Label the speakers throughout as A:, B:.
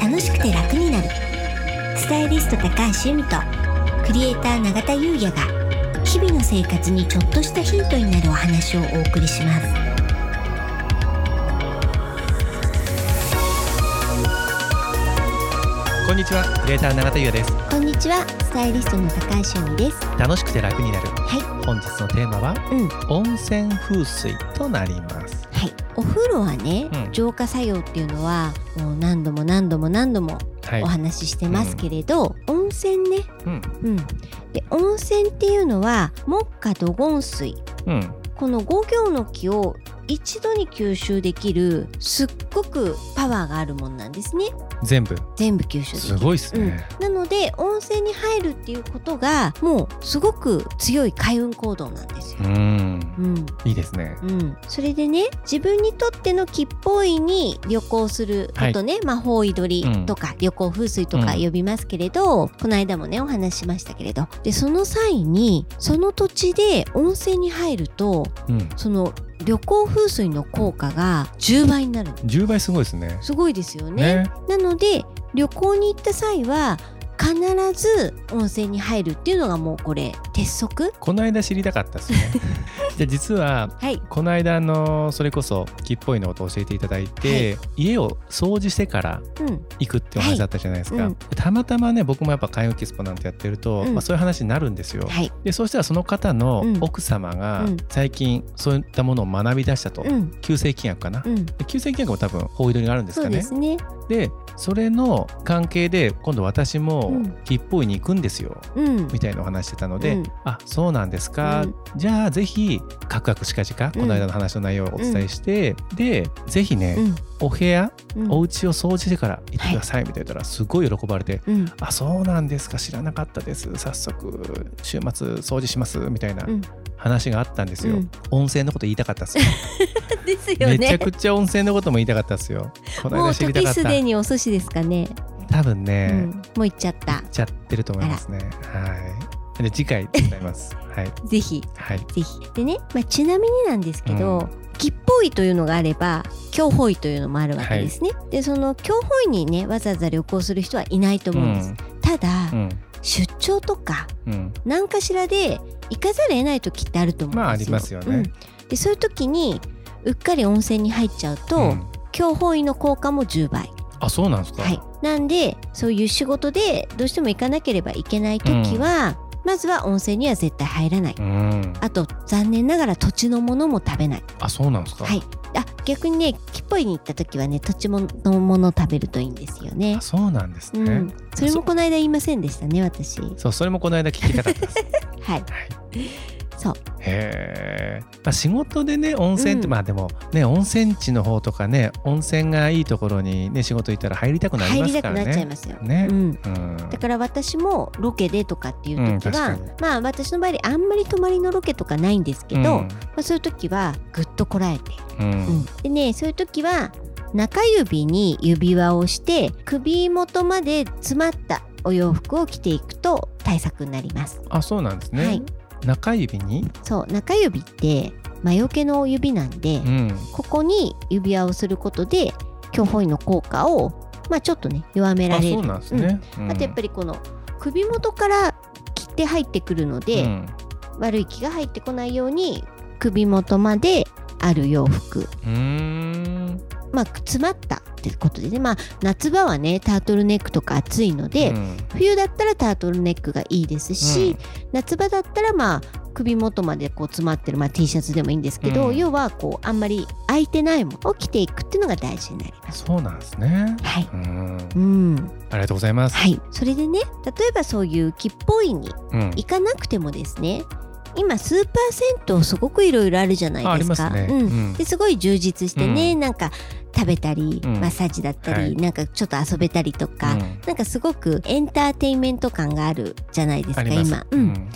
A: 楽しくて楽になるスタイリスト高橋由美とクリエイター永田優也が日々の生活にちょっとしたヒントになるお話をお送りします
B: こんにちはクリエイター永田優也です
A: こんにちはスタイリストの高橋由美です
B: 楽しくて楽になる
A: は
B: 本日のテーマはい
A: うん
B: 温泉風水となります
A: はいお風呂はね、
B: うん
A: 浄化作用っていうのはもう何度も何度も何度も
B: はい
A: お話ししてますけれど、温泉ね
B: うん
A: うんで温泉っていうのは木下土金水
B: うん
A: この5行の木を一度に吸収できるすっごくパワーがあるもんなんですね
B: 全部
A: 全部吸収
B: す
A: できる
B: ごいですね、
A: なので温泉に入るっていうことがもうすごく強い開運行動なんですよ
B: う、ん、
A: うん
B: いいですね
A: うん、それでね自分にとっての吉報医に旅行することね、まあ方位取りとか旅行風水とか
B: うん
A: 呼びますけれど、この間もねお話ししましたけれどでその際にその土地で温泉に入ると
B: うん
A: その旅行風水の効果が10倍になるの
B: 10倍すごいですね
A: すごいですよね
B: ね
A: なので旅行に行った際は必ず温泉に入るっていうのがもうこれ鉄則
B: この間知りたかっ たですねじゃあ実は
A: はい
B: この間あのそれこそ木っぽいのことを教えていただいて、家を掃除してから
A: うん
B: 行くってお話だったじゃないですか、
A: はいうん
B: たまたまね僕もやっぱ開運キスポなんてやってると、
A: うん
B: まあ、そういう話になるんですよ、
A: はい
B: でそうしたらその方の
A: うん
B: 奥様が
A: うん
B: 最近そういったものを学び出したと、
A: うん
B: 旧正規約かな、で
A: うん
B: 旧正規約も多分法律にあるんです
A: そ
B: か
A: うで
B: ね
A: すね
B: でそれの関係で今度私
A: う
B: も
A: ん
B: 木っぽいに行くんですよ、
A: うん
B: みたいなお話してたので、
A: うん
B: あそうなんですか、
A: うん
B: じゃあぜひカクカクしかじかこの間の話の内容をお伝えして、でぜひね、
A: うん
B: お部屋
A: うん
B: お家を掃除してから行ってくださいみたいな言ったらすごい喜ばれて、
A: うん
B: あそうなんですか知らなかったです早速週末掃除しますみたいな
A: うん
B: 話があったんです
A: う
B: よ、
A: ん
B: 温泉のこと言いたかった っすよ
A: ですよ
B: め
A: ね。
B: ちゃくちゃ温泉のことも言いたかったっすよこの
A: もう
B: 間知りた
A: 時
B: かっ
A: す
B: た
A: でにお寿司ですかね。
B: 多分ね、
A: うん
B: 言っ、
A: もう行っちゃった。
B: ちゃってると思いますねはいで次回伝えますはい
A: ぜひ
B: はい
A: ぜひ。でね、まあ、ちなみになんですけど、吉報医というのがあれば教法医というのもあるわけですね。でその教法医にねわざわざ旅行する人はいないと思うんです。ただ、
B: うん
A: 出張とか
B: うんうん
A: 何かしらで行かざるを得ない時ってあると思
B: まあ
A: うん
B: あ
A: で
B: り
A: すよ。
B: ますよね、
A: うんでそういう時にうっかり温泉に入っちゃうと、
B: うん
A: 教法医の効果も10倍。
B: あそうなんですか、
A: はい、なんでそういう仕事でどうしても行かなければいけない時は、まずは温泉には絶対入らない、
B: うん
A: あと残念ながら土地のものも食べない、
B: あそうなんですか、
A: はい、あ逆にね木っぽいに行った時はね土地のものを食べるといいんですよね
B: あ、そうなんです
A: う
B: ね、
A: ん、それもこの間言いませんでしたね私
B: そうそれもこの間聞きたかったです
A: はい
B: はい、
A: そう
B: へえ、まあ、仕事でね温泉って、
A: うん
B: まあでもね温泉地の方とかね温泉がいいところにね仕事行ったら入りたくなり
A: 入
B: ま
A: り
B: す
A: た
B: か
A: く
B: ら
A: な
B: ね。
A: っちゃいますよ、
B: ね
A: う、ん
B: うん
A: だから私もロケでとかっていう時は、
B: うん確か
A: まあ私の場合あんまり泊まりのロケとかないんですけど、まあ、そういう時はぐっとこらえて
B: うんうん
A: でねそういう時は中指に指輪をして首元まで詰まったお洋服を着ていくと対策になります。
B: あそうなんですね。
A: はい
B: 中指に、
A: そう中指って魔除けの指なんで、
B: うん、
A: ここに指輪をすることで強本位の効果をまあちょっとね弱めら
B: あ
A: れ
B: そ
A: る
B: う。なんですね。うん
A: あとやっぱりこの首元から切って入ってくるので、
B: うん
A: 悪い気が入ってこないように首元まである洋服
B: うーん
A: まあ、詰まったってことでね、まあ、夏場はねタートルネックとか暑いので、
B: うん
A: 冬だったらタートルネックがいいですし、
B: うん
A: 夏場だったらまあ首元までこう詰まってる、まあ、T シャツでもいいんですけど、
B: うん
A: 要はこうあんまり空いてないものを着ていくっていうのが大事になります。
B: そうなんですね。
A: はい
B: うん、
A: うん
B: ありがとうございます。
A: はい、それでね例えばそういう吉報院に
B: うん、
A: 行かなくてもですね今スーパー銭湯すごくいろいろあるじゃない
B: ああ
A: で
B: り
A: す
B: ます
A: か。
B: ね。
A: うん
B: ん
A: ですごい充実してね、
B: う
A: なんか食べたり、
B: うん
A: マッサージだったり、
B: はい
A: なんかちょっと遊べたりとか、
B: うん
A: なんかすごくエンターテインメント感があるじゃないです
B: あ
A: か
B: ります
A: 今、うん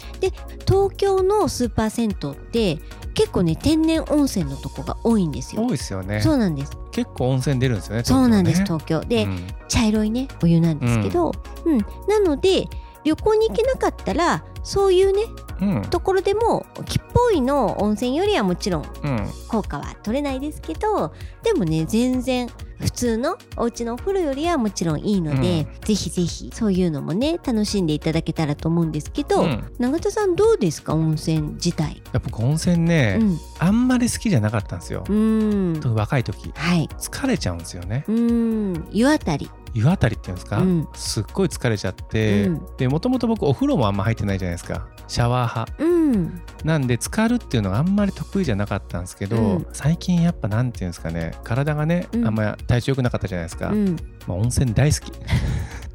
A: 東京のスーパー銭湯って結構ね天然温泉のとこが多いんです
B: うん
A: よ
B: 多い。ですよね。
A: そうなんです、
B: 結構温泉出るんですよね。
A: そうなんです
B: 東京
A: 東京で、
B: ねうん
A: 茶色いねお湯なんですけど、うんなので旅行に行けなかったらそういうね
B: うん
A: ところでも木っぽいの温泉よりはもちろん
B: うん
A: 効果は取れないですけどでもね全然普通のお家のお風呂よりはもちろんいいので、ぜひぜひそういうのもね楽しんでいただけたらと思うんですけど、
B: うんい
A: 永田さんどうですか温泉自体。
B: や僕温泉ね、
A: うん
B: あんまり好きじゃなかったんですよ、
A: うん
B: 特に若い時
A: はい
B: 疲れちゃうんですよね
A: うん湯あたり
B: 湯あたりっていうんですか、
A: うん
B: すっごい疲れちゃって、
A: うん
B: でもともと僕お風呂もあんま入ってないじゃないですかシャワー派
A: うん
B: なんで浸かるっていうのがあんまり得意じゃなかったんですけど、
A: うん
B: 最近やっぱなんていうんですかね体がね、
A: うん
B: あんま体調良くなかったじゃないですか、
A: うん
B: まあ、温泉大好き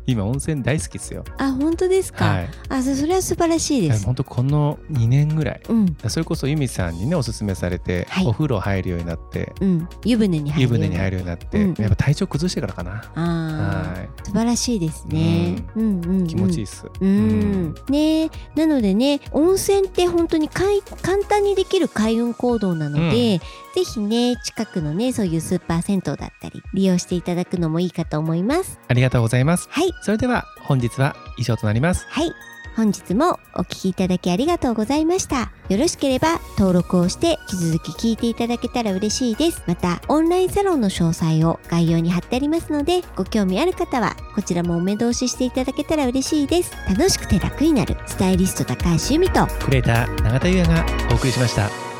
B: 今温泉大好きですよ
A: あ本当ですか、
B: はい
A: あそそれは素晴らしいです。
B: 本当この2年ぐらい
A: うん
B: それこそ由美さんにねおすすめされて、
A: はい
B: お風呂入るようになって
A: うん湯船に入
B: 湯
A: るよう
B: 船
A: な
B: に入るようになって、
A: うん
B: やっぱ体調崩してからかな、
A: あ
B: は
A: ー素晴らしいですね。うんうんうん
B: い気持ちいいっす、
A: うん、ねなのでね温泉って本当にかい簡単にできる開運行動なので、
B: うん
A: ぜひね近くのねそういうスーパー銭湯だったり利用していただくのもいいかと思います
B: ありがとうございます
A: はい
B: それでは本日は以上となります
A: はい本日もお聞きいただきありがとうございましたよろしければ登録をして引き続き聞いていただけたら嬉しいですまたオンラインサロンの詳細を概要に貼ってありますのでご興味ある方はこちらもお目通ししていただけたら嬉しいです楽しくて楽になるスタイリスト高橋由美と
B: クレーター永田優也がお送りしました